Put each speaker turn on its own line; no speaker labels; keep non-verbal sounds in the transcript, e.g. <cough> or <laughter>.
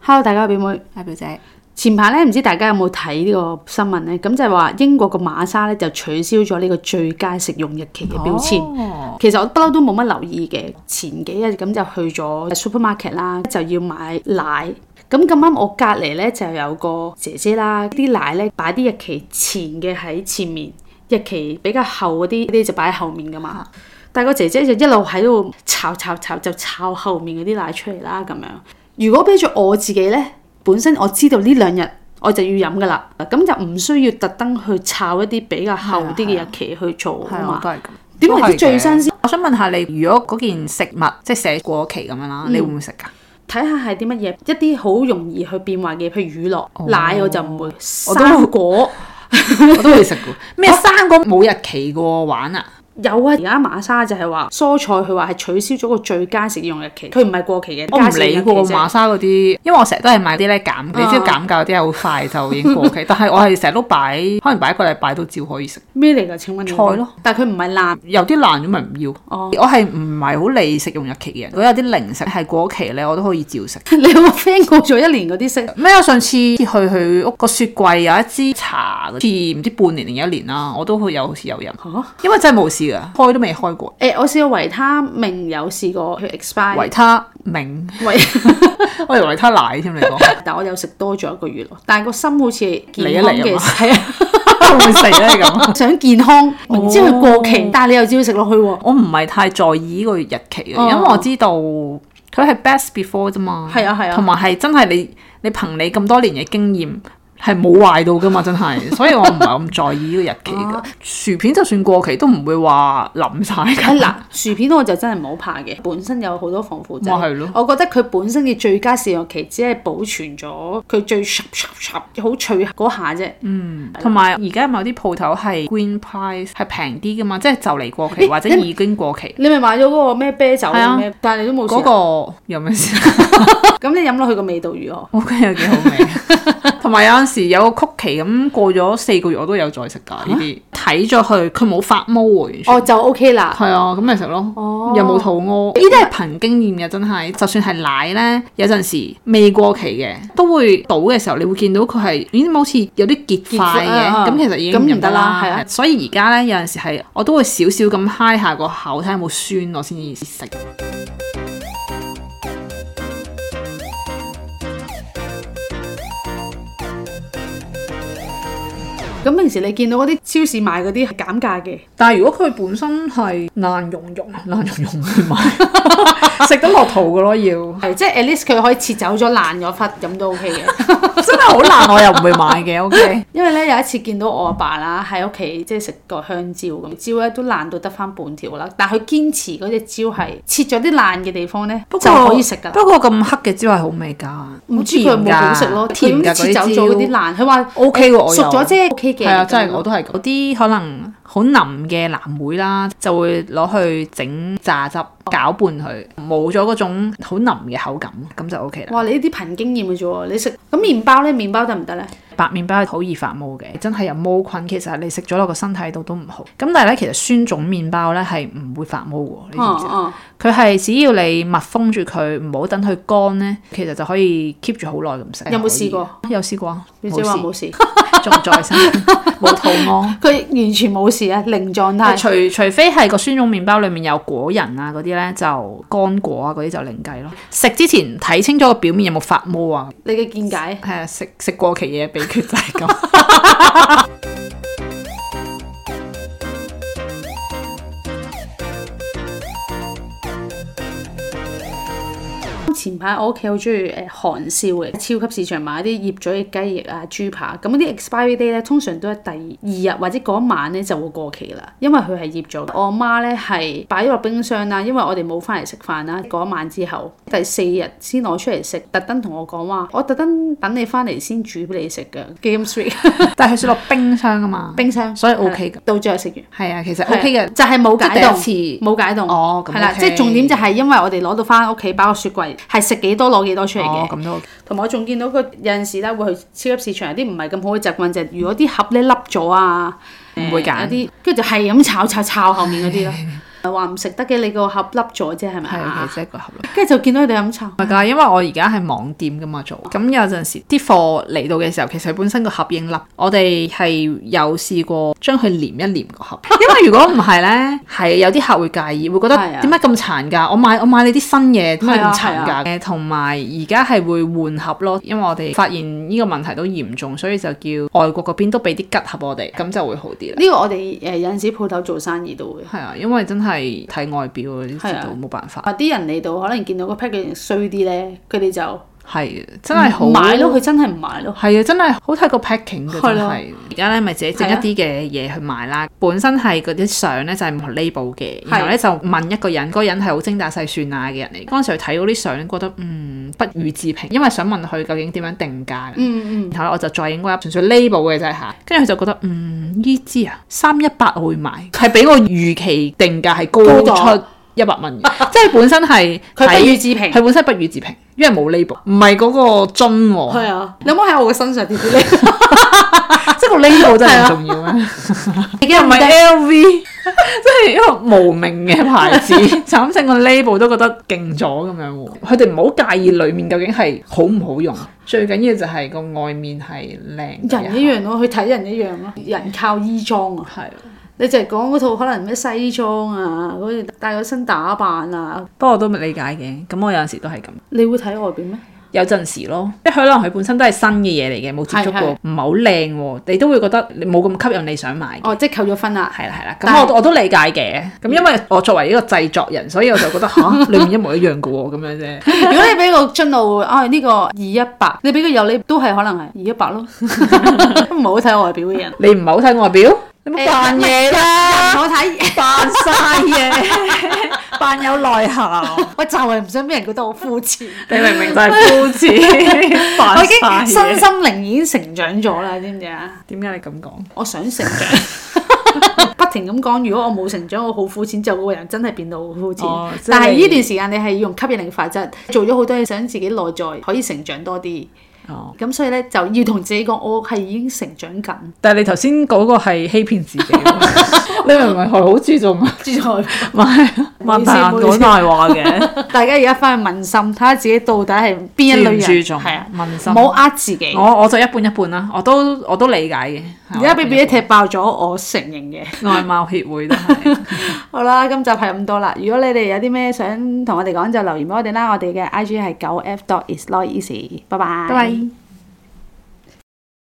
Hello，大家好表妹。
阿表姐，
前排咧，唔知大家有冇睇呢個新聞咧？咁就係話英國個馬莎咧就取消咗呢個最佳食用日期嘅標籤。
哦
其實我不嬲都冇乜留意嘅，前幾日咁就去咗 supermarket 啦，就要買奶。咁咁啱我隔離咧就有個姐姐啦，啲奶咧擺啲日期前嘅喺前面，日期比較後嗰啲嗰啲就擺喺後面噶嘛。但係個姐姐就一路喺度炒炒炒，就炒後面嗰啲奶出嚟啦咁樣。如果俾咗我自己咧，本身我知道呢兩日我就要飲噶啦，咁就唔需要特登去炒一啲比較後啲嘅日期去做
係啊
啊
啊，我
嘛。
都係咁。
點為之最新鮮？
鮮？我想問下你，如果嗰件食物即係寫過期咁樣啦，你會唔會食㗎？
睇下係啲乜嘢，一啲好容易去變壞嘅，譬如乳酪、奶我就唔會，
我都
生果
<laughs> 我都會食嘅。咩生果冇日期嘅喎，玩啊！
有啊。而家馬莎就係話蔬菜，佢話係取消咗個最佳食用日期，佢唔係過期嘅，
我唔
加食
理
用
過
日期啫
馬莎嗰啲，因為我成日都係買啲咧減，你知道減價嗰啲係好快就已經過 <laughs> 期，但係我係成日都擺，可能擺一個禮拜都照可以食。
咩嚟㗎？請問你
菜咯，
但係佢唔係爛。
有啲爛咗咪唔要。
哦
我係唔係好理食用日期嘅人？如果有啲零食係過期咧，我都可以照食。
你有冇 friend 過咗一年嗰啲色？
咩？我上次去佢屋個雪櫃有一支茶，好似唔知半年定一年啦，我都會有好似有飲，
嚇、
因為真係冇事㗎，開都未開過。
誒、我試過維他命有試過去 expire，
維他命，
維
<laughs> 我以為維他奶添，你講
但我有食多咗一個月咯，但係個心好似
嚟一
健康
嚟
嘅，
啊嘛
係啊，
會 <laughs> 唔會死咧咁？
想健康，明知佢過期，
哦
但係你又照食落去喎。
我唔係太在意呢個日期嘅，
哦
因為我知道佢係 best before 啫嘛。
係啊係啊
同埋係真係你你憑你咁多年嘅經驗係冇壞到噶嘛，真 <laughs> 係。所以我唔係咁在意呢個日期㗎。薯片就算過期都唔會話冧晒
係
㗎。
嗱，薯片我就真係唔好怕嘅，本身有好多防腐劑。
咪係咯
我覺得佢本身嘅最佳試用期只係保存咗佢最 s h 好脆嗰下啫。
嗯同埋而家咪有啲鋪頭係 green price 係平啲㗎嘛，即係就嚟過期
咦
或者
你
已經過期。
你咪買咗嗰個咩啤酒
係啊
咩，但係你都冇
嗰
試
個有咩事？ <laughs>
過。咁你飲落去個味道如何？
我覺得有幾好味， <laughs> 同埋有陣時有個曲奇咁過咗四個月，我都有再食㗎呢啲。睇咗佢，佢冇發毛喎，完全。
哦，就 OK 啦。
係啊，咁咪食咯，
哦
又冇肚屙，呢啲係憑經驗嘅，真係。就算係奶咧，有陣時未過期嘅，都會倒嘅時候，你會見到佢係咦，好似有啲結
結
塊
塊
嘅，
啊
咁其實已
咁唔
經
得
唔得
啦
啦。
係啊
所以而家咧有陣時係我都會少少咁嗨下個口，睇下有冇酸，我先至食。
咁平時你見到嗰啲超市賣嗰啲係減價嘅，
但係如果佢本身係爛溶溶，爛溶溶去買， <laughs> 食得落肚嘅咯，要。 <laughs>
係即係 at least 佢可以切走咗爛咗忽，咁都 OK 嘅。
真係好難，我又唔會買嘅。OK，
因為咧有一次見到我阿爸啦，喺屋企即係食個香蕉咁，蕉咧都爛到得翻半條啦。但係佢堅持嗰隻蕉係切咗啲爛嘅地方咧，就可以食㗎啦。
不過咁黑嘅蕉係好味㗎，
唔知佢有冇好食咯，
甜
佢
㗎
咁切走
嗰
咗嗰
啲
啲
蕉。
爛，佢話
O K 喎，我
熟
又
咗。啫，OK 嘅。
係啊，真
咁
係
樣
我都係咁。有啲可能好腍嘅藍莓啦，就會攞去整榨汁攪拌佢，冇咗嗰種好腍嘅口感，咁就 O K 啦。
哇！你呢啲憑經驗嘅啫喎，你食咁麵包咧，麵包得唔得咧？
白麵包係好易發毛嘅，真係有毛菌，其實你食咗落個身體度都唔好。咁但係咧，其實酸種麵包咧係唔會發毛喎，你知唔知啊？
嗯
佢係只要你密封住佢，唔好等佢乾咧，其實就可以 keep 住好耐咁食。
有冇試過？
有試過啊，
你姐
冇
話
事，
冇
<laughs>
事，
仲在生， <laughs> 冇肚屙。
佢完全冇事啊，零狀態。
除除非係個酸種麵包裡面有果仁啊嗰啲咧，就乾果啊嗰啲就另計咯。食之前睇清楚個表面有冇發毛啊。
你嘅見解
係啊，食食過期嘢秘訣就係咁。
前排我屋企好中意誒韓燒嘅，超級市場買啲醃咗嘅雞翼啊、豬扒，咁啲 expiry day 咧通常都係第二日或者嗰晚咧就會過期啦，因為佢係醃咗嘅。我媽咧係擺咗落冰箱啦，因為我哋冇翻嚟食飯啦，嗰一晚之後第四日先攞出嚟食，特登同我講話，我特登等你翻嚟先煮俾你食㗎，幾咁
<laughs>
sweet，
<laughs> 但係佢雪落冰箱啊嘛，
冰箱，
所以 OK
係到最後食完
係啊，其實 OK 嘅。
就係冇解凍。
即係第一次
冇解凍，
哦咁
係啦，
OK
即係重點就係因為我哋攞到翻屋企包個雪櫃，係食幾多攞幾多出嚟嘅。
哦，咁都 OK。
同埋我仲見到個有陣時咧會去超級市場有啲唔係咁好嘅習慣，就係、如果啲盒咧凹咗啊，
唔會
誒
揀
有啲，跟住就係咁炒炒炒後面嗰啲咯。話唔食得嘅，你個盒笠咗啫，係咪
係
啊
嘅，？即係個盒咯。
跟住就見到佢哋飲茶，
唔係㗎，因為我而家係網店㗎嘛做，咁有陣時啲貨嚟到嘅時候，其實本身個盒已經笠，我哋係有試過將佢黏一黏
<laughs>
個盒，因為如果唔係呢，係有啲客會介意，會覺得
係啊
點解咁殘㗎？我買我買你啲新嘢點解
係啊
咁殘
係
㗎？誒同埋而家係會換盒咯，因為我哋發現呢個問題都嚴重，所以就叫外國嗰邊都俾啲吉盒我哋，咁就會好啲啦。
呢個我哋誒有陣時鋪頭做生意都會。
係啊，因為真係睇外表嗰啲
係啊
知道冇辦法，
啊！啲人嚟到可能見到個 packaging 衰啲咧，佢哋就
係真係好
唔買咯，佢真係唔買咯。
係啊，真係好睇個 packing 嘅
係
真
咯
係。而家咧咪自己整一啲嘅嘢去賣啦，本身係嗰啲相咧就係唔同 label 嘅，
係
然後咧就問一個人，嗰個人係好精打細算啊嘅人嚟。嗰陣時佢睇到啲相，覺得嗯不予置評，因為想問佢究竟點樣定價。
嗯嗯，
然後咧我就再影嗰一純粹 label 嘅啫嚇，跟住佢就覺得嗯呢支啊三一八我會買，係比我預期定價係高
高咗
出一百蚊嘅，即係本身係
佢
睇
不予置評。
佢本身不予置評，因為冇 label，唔係嗰個樽喎。
係啊，你有冇喺我嘅身上貼啲呢？
即係個 label 真係唔重要咩？
你
<laughs> 又唔係 LV，即係 <laughs> 一個無名嘅牌 <laughs> 子，慘成個 label 都覺得勁咗咁樣喎。佢哋唔好介意裡面究竟係好唔好用，最緊要就係個外面係靚 <laughs> 嘅。
人一樣咯，去睇人一樣咯。人靠衣裝啊，
係，
你就係講嗰套可能咩西裝啊，嗰啲帶個身打扮啊，
不過我都理解嘅。咁我有陣時都係咁。
你會睇外邊咩？
有陣時咯，即係可能佢本身都係新嘅嘢嚟嘅，冇接觸過，
係
唔係好靚喎，你都會覺得你冇咁吸引你想買。
哦，即係扣咗分啦。
係啦係啦，
但係
咁我我都理解嘅。咁因為我作為一個製作人，所以我就 <laughs> 覺得吓，裏面一模一樣嘅喎，咁樣
<laughs>
啫。
如果你俾個樽我，啊呢個二一八，你俾個有你都係可能係二一八咯， <laughs> 唔好睇外表嘅人。
你唔係好睇外表，你咪扮嘢啦，
我睇， <laughs>
扮晒嘢，扮有內涵。
我就係唔想俾人覺得我膚淺。
你明明就係膚
我
淺，扮
已經身
晒嘢。
心靈已經成長咗啦，知唔知啊？
點解你咁講？
我想成
<laughs>
長，不停咁講。如果我冇成長，我好膚淺，就個人真係變到好膚淺。
哦即係
但係呢段時間，你係用吸引力法則做咗好多嘢，想自己內在可以成長多啲。
哦，
咁所以咧，就要同自己講，我係已經成長緊。
但係你頭先嗰個係欺騙自己喎，你明明係好注重
之
<laughs>
外，
買
好
問
意
題
思
人講大話嘅，
大家而家翻去問心，睇下自己到底係邊一類
注唔
人。
注重？
係啊，
問
唔
心。
好呃自己。
我我就一半一半啦，我都我都理解嘅。
而家俾
我
俾踢爆咗，我承認嘅。
外貌協會都係。
好啦，今集係咁多啦。如果你哋有啲咩想同我哋講，就留言俾我哋啦。我哋嘅 I G 係九 F dot is not easy。拜拜。
拜拜。